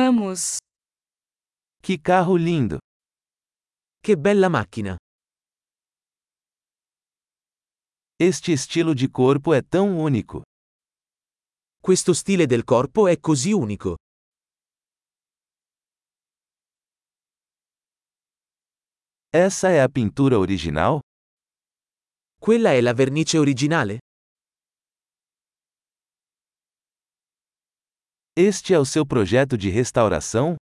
Vamos! Que carro lindo! Che bella macchina! Este estilo de corpo é tão único. Questo stile del corpo è così unico. Essa é a pintura original? Quella è la vernice originale? Este é o seu projeto de restauração?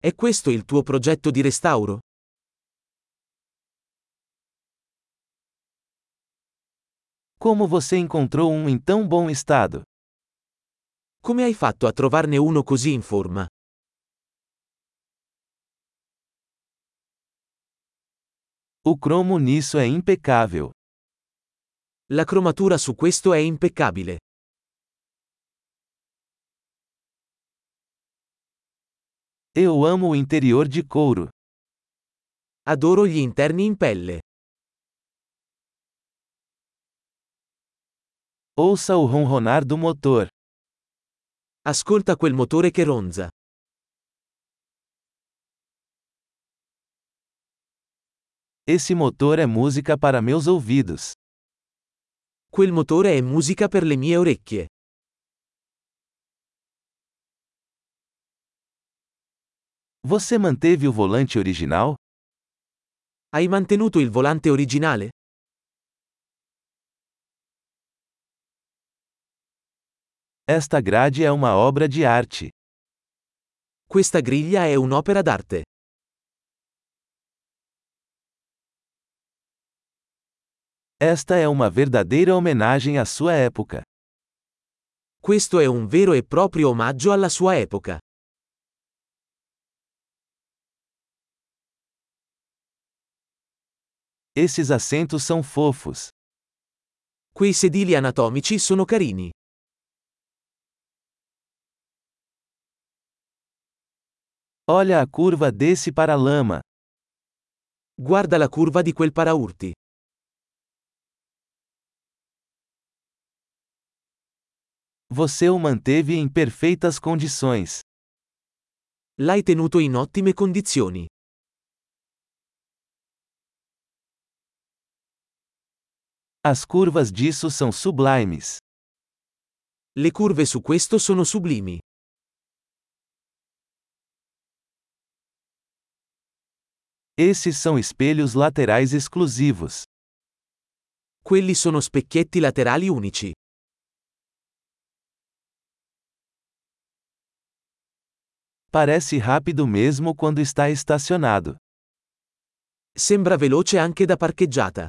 È questo il tuo progetto di restauro? Como você encontrou um em tão bom estado? Come hai fatto a trovarne uno così in forma? O cromo nisso é impecável. La cromatura su questo è impeccabile. Eu amo o interior de couro. Adoro gli interni in pelle. Ouça o ronronar do motor. Ascolta quel motore che ronza. Esse motor é música para meus ouvidos. Quel motore è musica per le mie orecchie. Você manteve o volante original? Hai mantenuto il volante originale? Esta grade é uma obra de arte. Questa griglia è un'opera d'arte. Esta é uma verdadeira homenagem à sua época. Questo è un vero e proprio omaggio alla sua epoca. Esses assentos são fofos. Quei sedili anatomici sono carini. Olha a curva desse paralama. Guarda la curva di quel paraurti. Você o manteve em perfeitas condições. L'hai tenuto in ottime condizioni. As curvas disso são sublimes. Le curve su questo sono sublimi. Esses são espelhos laterais exclusivos. Quelli sono specchietti laterali unici. Parece rápido mesmo quando está estacionado. Sembra veloce anche da parcheggiata.